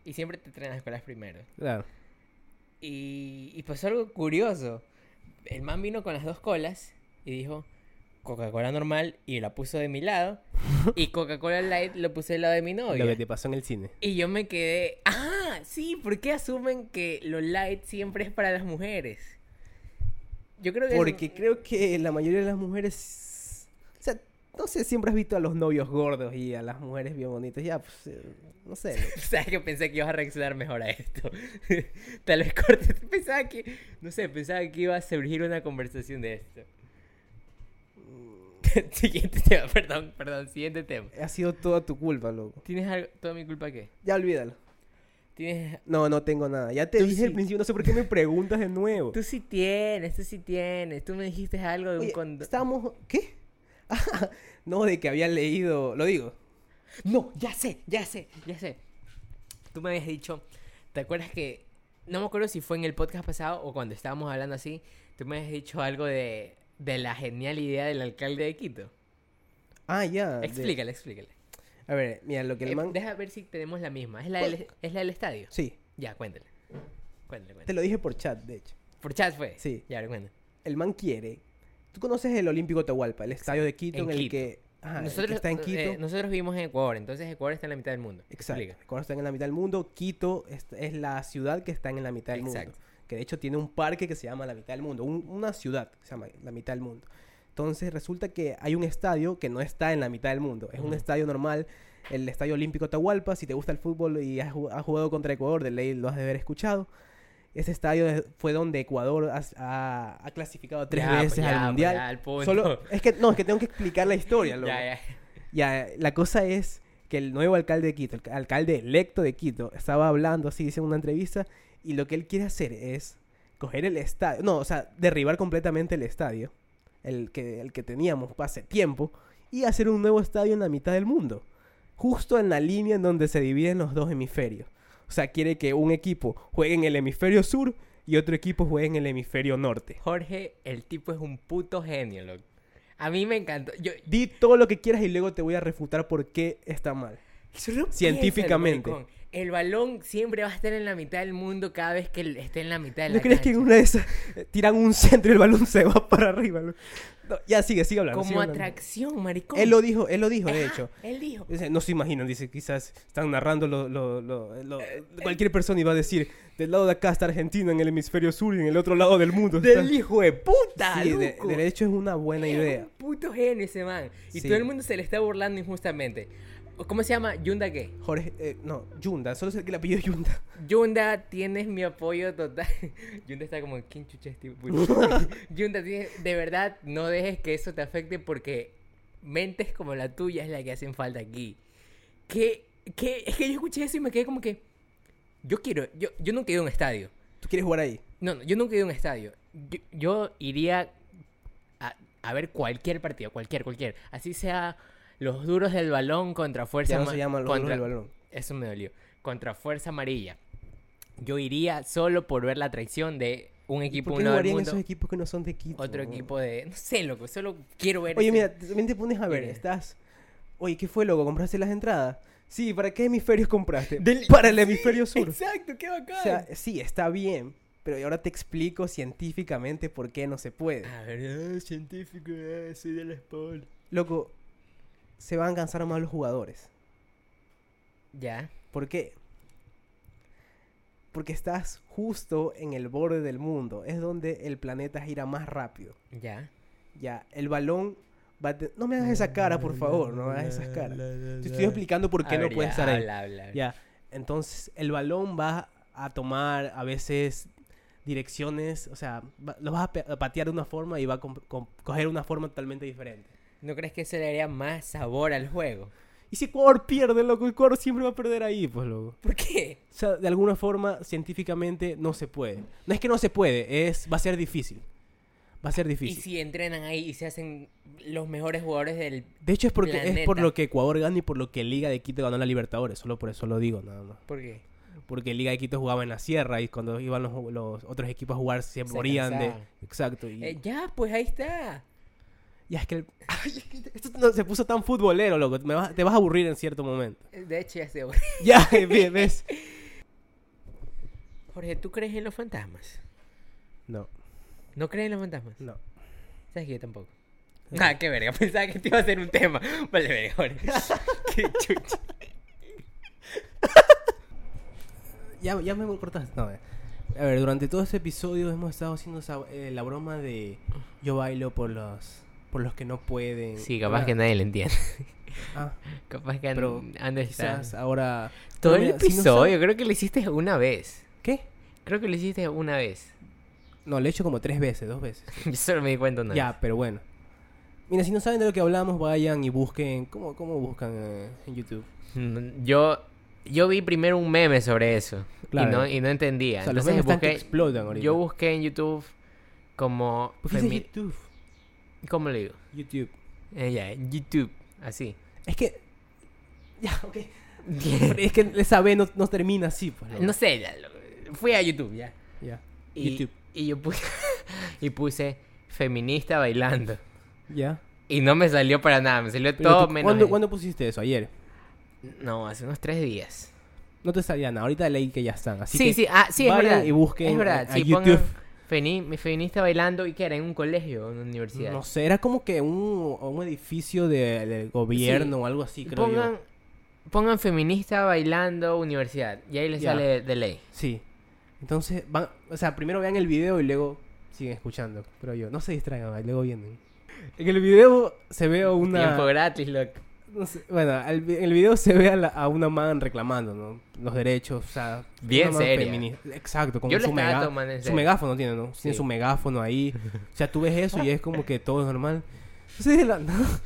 Speaker 1: Y siempre te traen las colas primero.
Speaker 2: Claro.
Speaker 1: Y, y pasó algo curioso. El man vino con las dos colas y dijo Coca-Cola normal y la puso de mi lado. y Coca-Cola Light lo puse del lado de mi novia.
Speaker 2: Lo que te pasó en el cine.
Speaker 1: Y yo me quedé, ah, sí, ¿por qué asumen que lo light siempre es para las mujeres? Yo creo que... eso-
Speaker 2: Porque creo que la mayoría de las mujeres. O sea, no sé, siempre has visto a los novios gordos y a las mujeres bien bonitas. Ya, pues, eh, no
Speaker 1: <laughs>
Speaker 2: sé. loco.
Speaker 1: Sabes que pensé que ibas a reaccionar mejor a esto. <laughs> Tal vez corte. <laughs> Pensaba que, no sé, pensaba que iba a surgir una conversación de esto. <laughs> siguiente tema, perdón, perdón, siguiente tema.
Speaker 2: Ha sido toda tu culpa, loco.
Speaker 1: ¿Tienes algo? ¿Toda mi culpa qué?
Speaker 2: Ya olvídalo.
Speaker 1: ¿Tienes...
Speaker 2: No, no tengo nada. Ya te
Speaker 1: Tú
Speaker 2: dije al
Speaker 1: sí.
Speaker 2: principio, no sé por
Speaker 1: <laughs>
Speaker 2: qué me preguntas de nuevo.
Speaker 1: Tú sí tienes, tú sí tienes. Tú me dijiste algo de un
Speaker 2: Oye,
Speaker 1: condón.
Speaker 2: estábamos... ¿Qué? <laughs> Ah, no, de que había leído... Lo digo.
Speaker 1: No, ya sé, ya sé, ya sé. Tú me habías dicho, ¿te acuerdas que... No me acuerdo si fue en el podcast pasado o cuando estábamos hablando así, tú me habías dicho algo de, de la genial idea del alcalde de Quito.
Speaker 2: Ah, ya. de-
Speaker 1: Explícale, explícale.
Speaker 2: A ver, mira, lo que el
Speaker 1: Eh,
Speaker 2: man...
Speaker 1: deja ver si tenemos la misma. ¿Es la,
Speaker 2: Pues-
Speaker 1: del, es la del estadio?
Speaker 2: Sí,
Speaker 1: Ya, cuéntale. Cuéntale,
Speaker 2: te
Speaker 1: cuéntale.
Speaker 2: lo dije por chat, de hecho.
Speaker 1: Por chat fue.
Speaker 2: Sí.
Speaker 1: Ya, cuéntale.
Speaker 2: El man quiere... Tú conoces el Olímpico Atahualpa, el estadio de Quito
Speaker 1: En
Speaker 2: en, el
Speaker 1: Quito.
Speaker 2: que... Ajá, Ah, el que
Speaker 1: nosotros,
Speaker 2: está en
Speaker 1: eh,
Speaker 2: Quito.
Speaker 1: nosotros vivimos en Ecuador, entonces Ecuador está en la mitad del mundo.
Speaker 2: Exacto.
Speaker 1: Explica.
Speaker 2: Ecuador está en la mitad del mundo. Quito es, es la ciudad que está en la mitad del
Speaker 1: Exacto.
Speaker 2: mundo. que de hecho tiene un parque que se llama La Mitad del Mundo, un- una ciudad que se llama La Mitad del Mundo. Entonces resulta que hay un estadio que no está en la mitad del mundo, es un
Speaker 1: Ujú.
Speaker 2: estadio normal, el Estadio Olímpico Atahualpa, si te gusta el fútbol y has, ju- has jugado contra Ecuador, de ley lo has de haber escuchado. Ese estadio es- fue donde Ecuador has- ha, ha clasificado tres
Speaker 1: Ya, pues,
Speaker 2: veces
Speaker 1: ya,
Speaker 2: al
Speaker 1: pues,
Speaker 2: Mundial.
Speaker 1: ya, al punto.
Speaker 2: Solo, es que no, es que tengo que explicar la
Speaker 1: <laughs>
Speaker 2: historia. loco.
Speaker 1: Ya, ya.
Speaker 2: Ya, la cosa es que el nuevo alcalde de Quito, el ca- alcalde electo de Quito, estaba hablando así, dice en una entrevista, y lo que él quiere hacer es coger el estadio, no, o sea, derribar completamente el estadio, el que, el que teníamos hace tiempo, y hacer un nuevo estadio en la mitad del mundo, justo en la línea en donde se dividen los dos hemisferios. O sea, quiere que un equipo juegue en el hemisferio sur y otro equipo juegue en el hemisferio norte.
Speaker 1: Jorge, el tipo es un puto genio, loco. A mí me encantó. Yo,
Speaker 2: Di todo lo que quieras y luego te voy a refutar por qué está mal.
Speaker 1: Solo piénsalo,
Speaker 2: Científicamente.
Speaker 1: maricón. El balón siempre va a estar en la mitad del mundo cada vez que esté en la mitad de la
Speaker 2: ¿No crees que en una de esas eh, tiran un centro y el balón se va para arriba? loco? No, ya sigue, sigue hablando. sigue
Speaker 1: Como
Speaker 2: hablando.
Speaker 1: atracción, maricón.
Speaker 2: Él lo dijo, él lo dijo, de
Speaker 1: Ajá,
Speaker 2: hecho.
Speaker 1: Él dijo.
Speaker 2: Dice, No se imaginan, dice, quizás están narrando lo, lo- lo- lo- eh, cualquier persona iba a decir, del lado de acá está Argentina, en el hemisferio sur y en el otro lado del mundo. está-".
Speaker 1: Del hijo de puta,
Speaker 2: Sí, de,
Speaker 1: loco.
Speaker 2: de hecho es una buena
Speaker 1: Es
Speaker 2: idea.
Speaker 1: un puto genio ese man. Y
Speaker 2: Sí.
Speaker 1: todo el mundo se le está burlando injustamente. ¿Cómo se llama? Yunda qué?
Speaker 2: Jorge, eh, no, Yunda, solo sé que el apellido es Yunda.
Speaker 1: Yunda, tienes mi apoyo total. <laughs> Yunda está como, ¿quién chucha es este tipo?"
Speaker 2: <laughs>
Speaker 1: Yunda, tienes- de verdad, no dejes que eso te afecte porque mentes como la tuya es la que hacen falta aquí. Que, que, es que yo escuché eso y me quedé como que, yo quiero, yo, yo nunca he ido a un estadio.
Speaker 2: ¿Tú quieres jugar ahí?
Speaker 1: No, no, yo nunca he ido a un estadio. Yo, yo iría a, a ver cualquier partido, cualquier, cualquier. Así sea los duros del balón contra fuerza
Speaker 2: Ya no
Speaker 1: Ma-
Speaker 2: se llama los
Speaker 1: contra-
Speaker 2: del balón.
Speaker 1: eso me dolió. Contra Fuerza Amarilla. Yo iría solo por ver la traición de un
Speaker 2: ¿Y
Speaker 1: equipo
Speaker 2: ¿Por qué
Speaker 1: uno del
Speaker 2: jugarían
Speaker 1: mundo,
Speaker 2: esos equipos que no son de Quito?
Speaker 1: otro
Speaker 2: no?
Speaker 1: equipo de... No sé, loco, solo quiero ver...
Speaker 2: Oye,
Speaker 1: ese- <laughs>
Speaker 2: mira, también te pones a ver,
Speaker 1: Dime.
Speaker 2: estás. Oye, ¿qué fue, loco? ¿Compraste las entradas? Sí, ¿para qué hemisferios compraste?
Speaker 1: Del-
Speaker 2: <laughs> Para el hemisferio sur.
Speaker 1: Exacto, qué bacán.
Speaker 2: O sea, sí, está bien, pero ahora te explico científicamente por qué no se puede.
Speaker 1: a ver, ah, científico, ah, soy de la espalda.
Speaker 2: Loco, se van a cansar más los jugadores.
Speaker 1: Ya.
Speaker 2: ¿Por qué? Porque estás justo en el borde del mundo, es donde el planeta gira más rápido.
Speaker 1: Ya.
Speaker 2: Ya, el balón va a te- No me hagas esa cara, por favor, no me hagas esas caras. Te estoy explicando por qué
Speaker 1: A
Speaker 2: no
Speaker 1: ver,
Speaker 2: puedes
Speaker 1: ya,
Speaker 2: estar ahí.
Speaker 1: habla, habla, habla.
Speaker 2: Ya, entonces el balón va a tomar a veces direcciones, o sea, va- lo vas a pe- a patear de una forma y va a com- com- coger una forma totalmente diferente.
Speaker 1: ¿No crees que eso le daría más sabor al juego?
Speaker 2: Y si Ecuador pierde, loco, Ecuador siempre va a perder ahí, pues, loco.
Speaker 1: ¿Por qué?
Speaker 2: O sea, de alguna forma, científicamente, no se puede. No es que no se puede, es, va a ser difícil. Va a ser
Speaker 1: Y
Speaker 2: difícil.
Speaker 1: si entrenan ahí y se hacen los mejores jugadores del...
Speaker 2: De hecho, es, porque, es por
Speaker 1: Planeta.
Speaker 2: lo que Ecuador gana y por lo que Liga de Quito ganó la Libertadores. Solo por eso lo digo, nada más.
Speaker 1: ¿Por qué?
Speaker 2: porque Liga de Quito jugaba en la sierra y cuando iban los, los otros equipos a jugar se,
Speaker 1: Se
Speaker 2: morían
Speaker 1: cansaban.
Speaker 2: de... Exacto. Y,
Speaker 1: Eh, ya, pues ahí está.
Speaker 2: ya es <laughs> que... el- esto no- <laughs> se puso tan futbolero, loco. me vas- te vas a aburrir en cierto <laughs> momento.
Speaker 1: Eh, De hecho, ya se
Speaker 2: Ya, <laughs> ve- ¿ves?
Speaker 1: Jorge, ¿tú crees en los fantasmas?
Speaker 2: No,
Speaker 1: ¿No crees en los fantasmas?
Speaker 2: no.
Speaker 1: Sabes que yo tampoco. Ah, qué verga, <laughs> pensaba que te iba a hacer un tema. Vale, verga, Jorge. <laughs> qué chucha.
Speaker 2: Ya, ya me cortaste. No, eh. A ver, durante todo este episodio hemos estado haciendo esa- eh, la broma de yo bailo por los por los que no pueden.
Speaker 1: Sí, capaz que nadie lo entiende. <laughs>
Speaker 2: Ah,
Speaker 1: Capaz que
Speaker 2: Pero
Speaker 1: and- anda está.
Speaker 2: quizás ahora...
Speaker 1: Todo
Speaker 2: No,
Speaker 1: el
Speaker 2: mira, si no
Speaker 1: episodio,
Speaker 2: sabe-
Speaker 1: creo que lo hiciste una vez.
Speaker 2: ¿Qué?
Speaker 1: Creo que lo hiciste una vez. <laughs>
Speaker 2: No, lo he hecho como tres veces, dos veces.
Speaker 1: Yo solo me di cuenta una
Speaker 2: Ya, pero bueno. Mira, si no saben de lo que hablamos, vayan y busquen. ¿Cómo, cómo buscan eh, en YouTube?
Speaker 1: vez. Mm, Yo, yo vi primero un meme sobre eso.
Speaker 2: Claro.
Speaker 1: Y, no, y no entendía.
Speaker 2: O sea, los
Speaker 1: Entonces
Speaker 2: memes están que
Speaker 1: busqué,
Speaker 2: explotan ahorita.
Speaker 1: yo busqué en YouTube como...
Speaker 2: ¿Por qué dices
Speaker 1: femi-
Speaker 2: YouTube?
Speaker 1: ¿Cómo le digo?
Speaker 2: YouTube.
Speaker 1: Eh, ya, YouTube,
Speaker 2: <laughs>
Speaker 1: así.
Speaker 2: Es que. Ya,
Speaker 1: <laughs>
Speaker 2: ok. Pero es que esa B no, no termina así, pues. loco.
Speaker 1: no sé, ya, lo- fui a YouTube ya.
Speaker 2: Ya.
Speaker 1: Y,
Speaker 2: YouTube.
Speaker 1: Y yo puse, <laughs> y puse feminista bailando.
Speaker 2: Ya.
Speaker 1: Y no me salió para nada, me salió
Speaker 2: Pero
Speaker 1: todo
Speaker 2: tú,
Speaker 1: menos.
Speaker 2: ¿cuándo,
Speaker 1: eso.
Speaker 2: cuándo pusiste eso? Ayer.
Speaker 1: No, hace unos tres días.
Speaker 2: No te salía nada. Ahorita leí que ya están. Así
Speaker 1: sí,
Speaker 2: que
Speaker 1: sí, ah, sí, es
Speaker 2: vayan
Speaker 1: verdad.
Speaker 2: y busquen
Speaker 1: es verdad,
Speaker 2: a- a
Speaker 1: sí,
Speaker 2: YouTube.
Speaker 1: pongan femi- mi feminista bailando y que era en un colegio o en una universidad.
Speaker 2: No sé, era como que un, un edificio de- del gobierno o algo así, creo
Speaker 1: pongan,
Speaker 2: yo.
Speaker 1: pongan feminista bailando universidad. Y ahí les
Speaker 2: Ya.
Speaker 1: sale de ley.
Speaker 2: Sí. Entonces, van, o sea, primero vean el video y luego siguen escuchando. Pero yo, no se distraigan, ¿vale? luego vienen. En el video se ve a
Speaker 1: Tiempo
Speaker 2: una.
Speaker 1: gratis, loco.
Speaker 2: no sé, bueno, al vi- en el video se ve a, la- a una man reclamando, ¿no? Los derechos, o sea.
Speaker 1: Bien
Speaker 2: una man
Speaker 1: seria.
Speaker 2: feminista. Exacto, como
Speaker 1: Yo le
Speaker 2: su,
Speaker 1: estaba
Speaker 2: mega-
Speaker 1: tomando en
Speaker 2: su
Speaker 1: serio.
Speaker 2: megáfono tiene, ¿no?
Speaker 1: Sí.
Speaker 2: Tiene su megáfono ahí. O sea, tú ves eso y es como que todo es normal. Entonces, de la nada.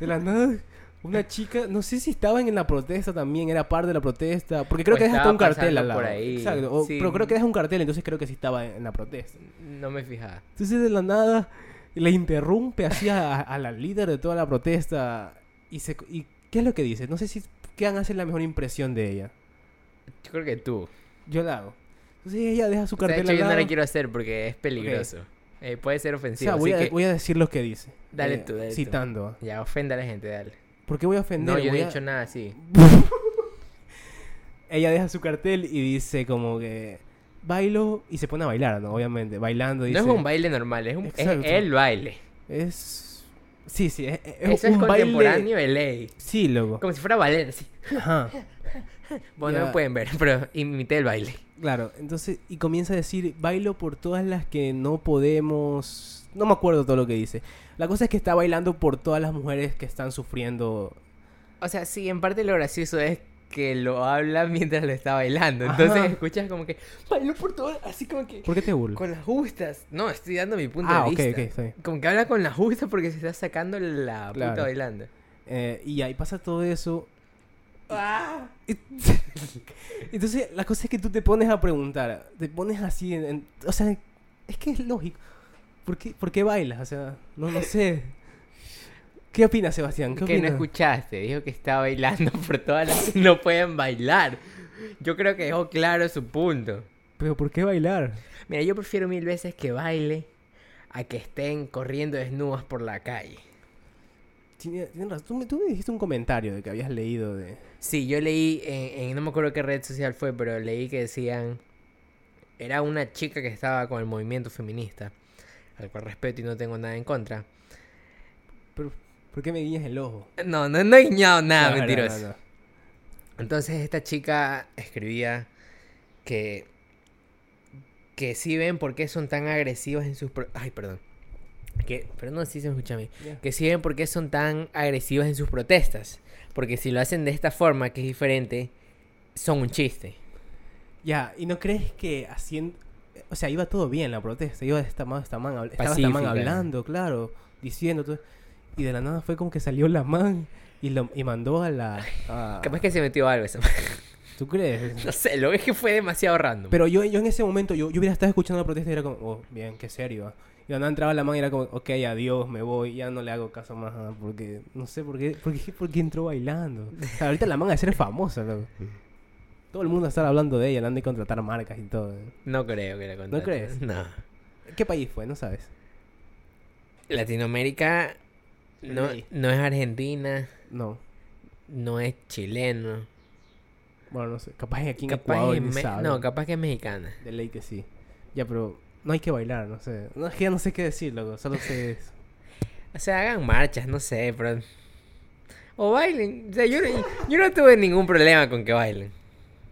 Speaker 2: De la nada. Una chica, no sé si estaban en la protesta también, era parte de la protesta, porque creo
Speaker 1: O
Speaker 2: que deja hasta
Speaker 1: estaba
Speaker 2: un cartel
Speaker 1: pasando
Speaker 2: al lado.
Speaker 1: por ahí.
Speaker 2: Exacto, o-
Speaker 1: Sí.
Speaker 2: pero creo que deja un cartel, entonces creo que sí estaba en la protesta.
Speaker 1: No me fijaba.
Speaker 2: Entonces de la nada le interrumpe así a, a la líder de toda la protesta y se y ¿qué es lo que dice? No sé si quedan a hacer la mejor impresión de ella.
Speaker 1: Yo creo que tú.
Speaker 2: Yo la hago. Entonces ella deja su
Speaker 1: O sea, de
Speaker 2: cartel
Speaker 1: hecho,
Speaker 2: al
Speaker 1: yo no
Speaker 2: lado.
Speaker 1: la quiero hacer porque es peligroso. Eh, puede ser
Speaker 2: O
Speaker 1: ofensivo.
Speaker 2: sea, voy
Speaker 1: así
Speaker 2: a,
Speaker 1: que
Speaker 2: voy a decir lo que dice. eh,
Speaker 1: Dale tú, dale tú.
Speaker 2: Citando.
Speaker 1: ya ofenda a la gente, dale.
Speaker 2: ¿Por qué voy a ofender?
Speaker 1: No, yo no
Speaker 2: Voy
Speaker 1: he
Speaker 2: a-
Speaker 1: dicho nada así.
Speaker 2: Ella deja su cartel y dice como que bailo y se pone a bailar, ¿no? Obviamente, bailando dice.
Speaker 1: No es un baile normal, es, un, es
Speaker 2: Exacto.
Speaker 1: el baile.
Speaker 2: Es sí, sí, es, es
Speaker 1: Eso
Speaker 2: un
Speaker 1: es
Speaker 2: baile-
Speaker 1: contemporáneo de ley.
Speaker 2: Sí, loco.
Speaker 1: Como si fuera ballet, así.
Speaker 2: Ajá.
Speaker 1: <laughs> Bueno, no
Speaker 2: Ya.
Speaker 1: lo pueden ver, pero imité el baile.
Speaker 2: Claro, entonces, y comienza a decir, bailo por todas las que no podemos... No me acuerdo todo lo que dice. La cosa es que está bailando por todas las mujeres que están sufriendo...
Speaker 1: O sea, sí, en parte lo gracioso es que lo habla mientras lo está bailando. Entonces
Speaker 2: Ajá.
Speaker 1: escuchas como que bailó por todo, así como que
Speaker 2: ¿Por qué te burlas?
Speaker 1: con las justas. No, estoy dando mi punto
Speaker 2: Ah,
Speaker 1: de
Speaker 2: ok,
Speaker 1: vista.
Speaker 2: ok, está bien.
Speaker 1: Como que habla con las justas porque se está sacando la puta
Speaker 2: Claro.
Speaker 1: bailando.
Speaker 2: Eh, y ahí pasa todo eso.
Speaker 1: ¡Ah!
Speaker 2: <laughs> Entonces, la cosa es que tú te pones a preguntar, te pones así, en- en- o sea, es que es lógico. ¿Por qué, por qué bailas? O sea, no, no sé. ¿Qué opinas, Sebastián? ¿Qué
Speaker 1: Que no
Speaker 2: opinas?
Speaker 1: escuchaste, dijo que está bailando <laughs> por todas las que no pueden bailar. Yo creo que dejó claro su punto.
Speaker 2: Pero ¿por qué bailar?
Speaker 1: Mira, yo prefiero mil veces que baile a que estén corriendo desnudas por la calle.
Speaker 2: Tiene- tienes razón. Tú me, tú me dijiste un comentario de que habías leído de...
Speaker 1: Sí, yo leí, en, en- no me acuerdo qué red social fue, pero leí que decían, era una chica que estaba con el movimiento feminista, al cual respeto y no tengo nada en contra.
Speaker 2: Pero, ¿Por qué me guiñas el ojo?
Speaker 1: No, no, no he guiñado nada,
Speaker 2: No, no,
Speaker 1: mentiroso.
Speaker 2: no, no.
Speaker 1: Entonces esta chica escribía que que sí ven por qué son tan agresivos en sus pro- ay, perdón. Que pero no sí se me escucha a mí.
Speaker 2: Ya.
Speaker 1: Que sí ven por qué son tan agresivos en sus protestas, porque si lo hacen de esta forma que es diferente, son un chiste.
Speaker 2: Ya, ¿y no crees que haciendo... O sea, iba todo bien la protesta, iba esta man, esta man, habl- estaba esta man
Speaker 1: Pacífica.
Speaker 2: hablando, claro, diciendo todo. Y de la nada fue como que salió la man y, lo, y mandó a la... a-
Speaker 1: Capaz que se metió algo <laughs> eso.
Speaker 2: ¿Tú crees?
Speaker 1: no sé, lo es que fue demasiado random.
Speaker 2: Pero yo, yo en ese momento, yo, yo hubiera estado escuchando la protesta y era como, oh, bien, qué serio. ah". Y de la nada entraba la man y era como, ok, adiós, me voy, ya no le hago caso más, ah, porque no sé por qué, por qué, por qué entró bailando. O sea, ahorita la man a ser famosa, loco. Todo el mundo está hablando de ella, la han de contratar marcas y todo. ¿eh?
Speaker 1: no creo que la contaste.
Speaker 2: crees?
Speaker 1: No.
Speaker 2: ¿Qué país fue? No sabes.
Speaker 1: Latinoamérica no,
Speaker 2: Perdí.
Speaker 1: no es Argentina,
Speaker 2: No.
Speaker 1: no es chileno.
Speaker 2: Bueno, no sé. Capaz es aquí en
Speaker 1: Capaz
Speaker 2: Ecuador,
Speaker 1: es
Speaker 2: ni
Speaker 1: me-
Speaker 2: saben.
Speaker 1: No, capaz que es mexicana.
Speaker 2: De ley que sí. Ya, pero no hay que bailar, no sé. No, es que ya no sé qué decir, loco. Solo sé eso.
Speaker 1: O sea, hagan marchas, no sé, pero... O bailen. O sea, yo, no- yo no tuve ningún problema con que bailen.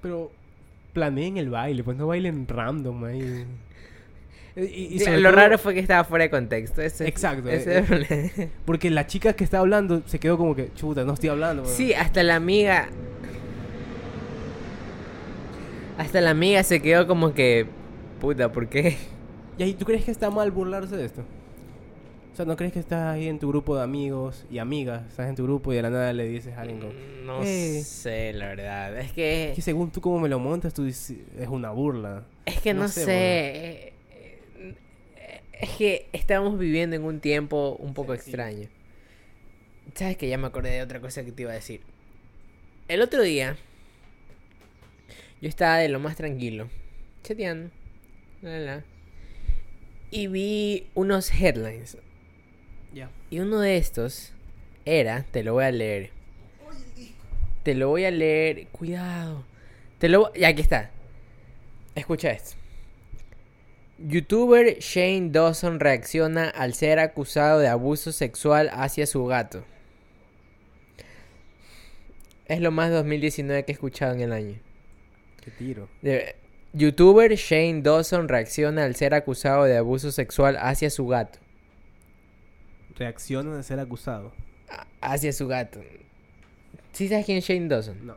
Speaker 2: Pero planeen el baile, pues no bailen
Speaker 1: <laughs>
Speaker 2: random ahí. Y, y- y
Speaker 1: O sea,
Speaker 2: sobre
Speaker 1: lo
Speaker 2: todo-
Speaker 1: raro fue que estaba fuera de contexto. Eso es-
Speaker 2: Exacto,
Speaker 1: eso
Speaker 2: eh,
Speaker 1: es el problema.
Speaker 2: Porque la chica que está hablando se quedó como que, chuta, no estoy hablando. weón".
Speaker 1: Sí, hasta la amiga... Hasta la amiga se quedó como que... Puta, ¿por qué?
Speaker 2: ¿Y ahí tú crees que está mal burlarse de esto? O sea, ¿no crees que estás ahí en tu grupo de amigos y amigas? Estás en tu grupo y de la nada le dices a alguien como...
Speaker 1: Mm, No
Speaker 2: Eh.
Speaker 1: sé, la verdad. Es
Speaker 2: Es
Speaker 1: que...
Speaker 2: que según tú cómo me lo montas, tú dices, es una burla.
Speaker 1: Es que no,
Speaker 2: no
Speaker 1: sé.
Speaker 2: sé,
Speaker 1: eh, eh, Es que estamos viviendo en un tiempo un poco extraño. ¿Sabes que Ya me acordé de otra cosa que te iba a decir. El otro día, yo estaba de lo más tranquilo, chateando, la, la, la, y vi unos headlines.
Speaker 2: Ya.
Speaker 1: Y uno de estos era, te lo voy a leer. Te lo voy a leer, cuidado. Te lo y aquí está. Escucha esto. Youtuber Shane Dawson reacciona al ser acusado de abuso sexual hacia su gato. Es lo más 2019 que he escuchado en el año.
Speaker 2: Qué tiro.
Speaker 1: De- Youtuber Shane Dawson reacciona al ser acusado de abuso sexual hacia su gato.
Speaker 2: Reacciona de ser acusado.
Speaker 1: A- Hacia su gato. ¿Sí sabes quién es Shane Dawson?
Speaker 2: No.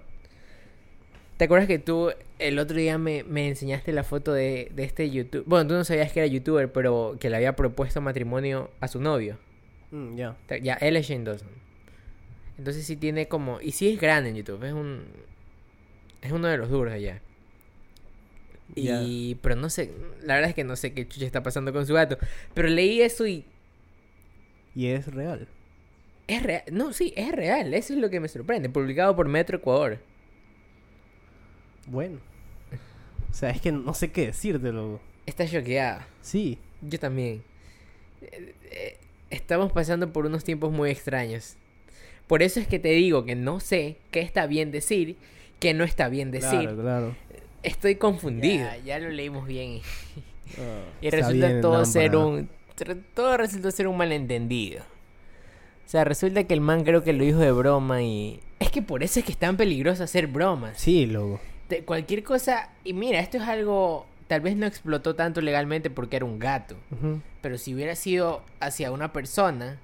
Speaker 1: ¿Te acuerdas que tú el otro día me, me enseñaste la foto de, de este youtuber? Bueno, tú no sabías que era youtuber, pero que le había propuesto matrimonio a su novio.
Speaker 2: Mm, ya.
Speaker 1: Te- Ya, él es Shane Dawson. Entonces sí tiene como... Y sí es grande en YouTube, es un... Es uno de los duros allá. Y...
Speaker 2: Ya.
Speaker 1: Pero no sé... La verdad es que no sé qué chucha está pasando con su gato. Pero leí eso y...
Speaker 2: Y es real.
Speaker 1: Es real. No, sí, es real. Eso es lo que me sorprende. Publicado por Metro Ecuador.
Speaker 2: Bueno. O sea, es que no sé qué decirte, loco.
Speaker 1: Está choqueada.
Speaker 2: Sí.
Speaker 1: Yo también. Eh, eh, Estamos pasando por unos tiempos muy extraños. Por eso es que te digo que no sé qué está bien decir, qué no está bien decir.
Speaker 2: Claro, claro.
Speaker 1: Estoy confundido. Ya, lo leímos bien.
Speaker 2: Ah,
Speaker 1: Y
Speaker 2: está
Speaker 1: resulta
Speaker 2: bien,
Speaker 1: todo
Speaker 2: lámpara.
Speaker 1: ser un. tr- Todo resultó ser un malentendido. O sea, resulta que el man creo que lo dijo de broma y. Es que por eso es que es tan peligroso hacer bromas.
Speaker 2: Sí, loco.
Speaker 1: De cualquier cosa. Y mira, esto es algo. Tal vez no explotó tanto legalmente porque era un gato.
Speaker 2: Ujú.
Speaker 1: Pero si hubiera sido hacia una persona,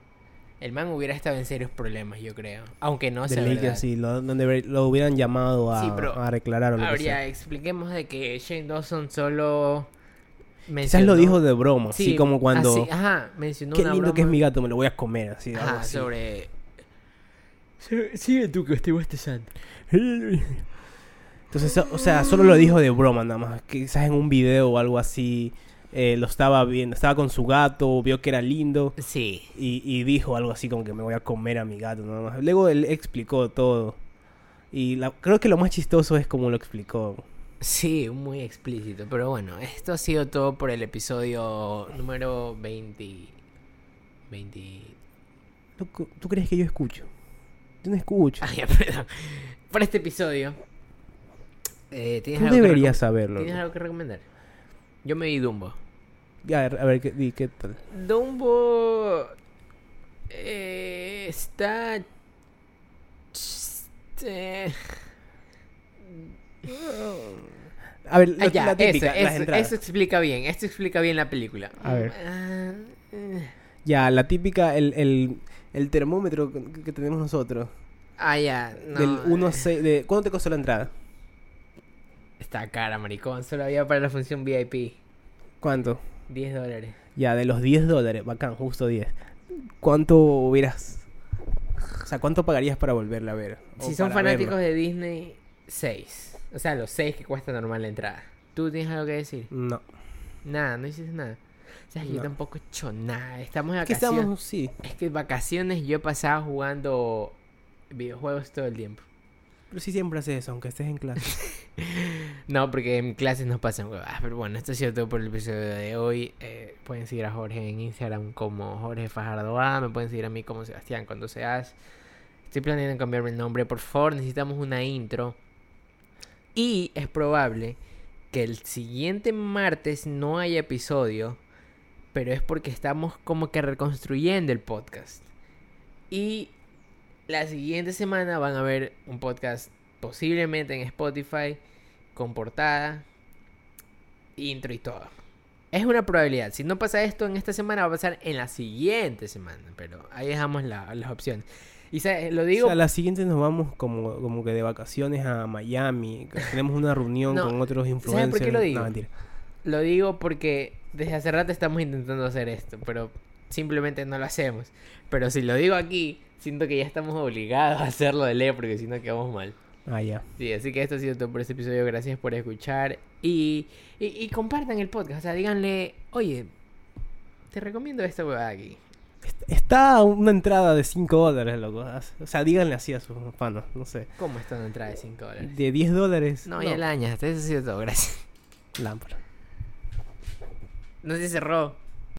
Speaker 1: el man hubiera estado en serios problemas, yo creo. Aunque no
Speaker 2: De
Speaker 1: sea
Speaker 2: ley que
Speaker 1: verdad.
Speaker 2: sí, lo, donde ver- lo hubieran llamado a,
Speaker 1: Sí, pero
Speaker 2: a declarar o lo que sea.
Speaker 1: Habría, expliquemos de que Shane Dawson solo
Speaker 2: Quizás
Speaker 1: mencionó...
Speaker 2: lo dijo de broma, así como cuando...
Speaker 1: así, ajá, mencionó
Speaker 2: Qué
Speaker 1: una
Speaker 2: lindo que es
Speaker 1: broma,
Speaker 2: mi gato, me lo voy a comer, así. algo
Speaker 1: Ajá,
Speaker 2: así.
Speaker 1: sobre... Sigue tú que estoy bostezando.
Speaker 2: <laughs> Entonces, so- o sea, solo lo dijo de broma nada más. Quizás en un video o algo así eh, lo estaba viendo, estaba con su gato, vio que era lindo
Speaker 1: Sí.
Speaker 2: y, y dijo algo así como que me voy a comer a mi gato nada más. Luego él explicó todo. Y la- creo que lo más chistoso es como lo explicó.
Speaker 1: Sí, muy explícito. Pero bueno, esto ha sido todo por el episodio número 20... 20...
Speaker 2: Loco, ¿Tú crees que yo escucho? Yo no escucho.
Speaker 1: Ah, ya, <laughs> perdón. Para este episodio, eh, ¿tienes,
Speaker 2: Tú
Speaker 1: algo que
Speaker 2: deberías
Speaker 1: recom-
Speaker 2: saberlo.
Speaker 1: ¿tienes algo que recomendar? Yo me vi Dumbo.
Speaker 2: Ya, A ver, a ver, ¿qué, di, qué tal?
Speaker 1: Dumbo eh, está... ch- eh,
Speaker 2: A ver, lo-
Speaker 1: ah, ya,
Speaker 2: la típica,
Speaker 1: eso,
Speaker 2: las
Speaker 1: eso-
Speaker 2: entradas.
Speaker 1: eso explica bien, esto explica bien la película.
Speaker 2: A ver.
Speaker 1: Ah, eh,
Speaker 2: Ya, la típica, el, el, el termómetro que que tenemos nosotros.
Speaker 1: Ah, ya. no,
Speaker 2: del 1 a
Speaker 1: eh,
Speaker 2: 6. De, ¿Cuánto te costó la entrada?
Speaker 1: Está cara, maricón. Solo había para la función VIP.
Speaker 2: ¿Cuánto?
Speaker 1: 10 dólares.
Speaker 2: Ya, de los 10 dólares, bacán, justo 10. ¿Cuánto hubieras.? O sea, ¿cuánto pagarías para volverla a ver? O
Speaker 1: Si son
Speaker 2: para verla?
Speaker 1: fanáticos de Disney, 6. O sea, los 6 que cuesta normal la entrada. ¿Tú tienes algo que decir?
Speaker 2: No.
Speaker 1: Nada, no hiciste nada. O sea, yo
Speaker 2: No.
Speaker 1: tampoco he hecho nada. Estamos de
Speaker 2: Es que
Speaker 1: vacaciones.
Speaker 2: estamos, sí.
Speaker 1: Es que vacaciones yo he pasado jugando videojuegos todo el tiempo.
Speaker 2: Pero sí siempre haces eso, aunque estés en clase.
Speaker 1: No, porque en clases nos pasan huevadas. Pero bueno, esto ha sido todo por el episodio de hoy. Eh, pueden seguir a Jorge en Instagram como Jorge Fajardo A. Me pueden seguir a mí como Sebastián cuando seas. Estoy planeando cambiarme el nombre. Por favor, necesitamos una intro. Y es probable que el siguiente martes no haya episodio. Pero es porque estamos como que reconstruyendo el podcast. Y la siguiente semana van a ver un podcast posiblemente en Spotify con portada, intro y todo. Es una probabilidad. Si no pasa esto en esta semana, va a pasar en la siguiente semana. Pero ahí dejamos la- las opciones. Y ¿sabes? lo digo
Speaker 2: o sea, la siguiente nos vamos como, como que de vacaciones a Miami. que Tenemos una reunión
Speaker 1: No,
Speaker 2: con
Speaker 1: por
Speaker 2: otros
Speaker 1: qué lo
Speaker 2: influencers.
Speaker 1: digo?
Speaker 2: No, mentira.
Speaker 1: Lo digo porque desde hace rato estamos intentando hacer esto, pero simplemente no lo hacemos. Pero si lo digo aquí, siento que ya estamos obligados a hacerlo de ley porque si no quedamos mal.
Speaker 2: Ah, ya.
Speaker 1: Sí, así que esto ha sido todo por este episodio. Gracias por escuchar y, y, y compartan el podcast. O sea, díganle, oye, te recomiendo esta huevada aquí.
Speaker 2: Está a una entrada de 5 dólares, loco. O sea, díganle así a sus panos, no sé.
Speaker 1: ¿Cómo esto no entra de 5 dólares?
Speaker 2: De 10 dólares.
Speaker 1: No, ya la dañaste. Eso ha sido todo. Gracias.
Speaker 2: Lámpara.
Speaker 1: No se cerró.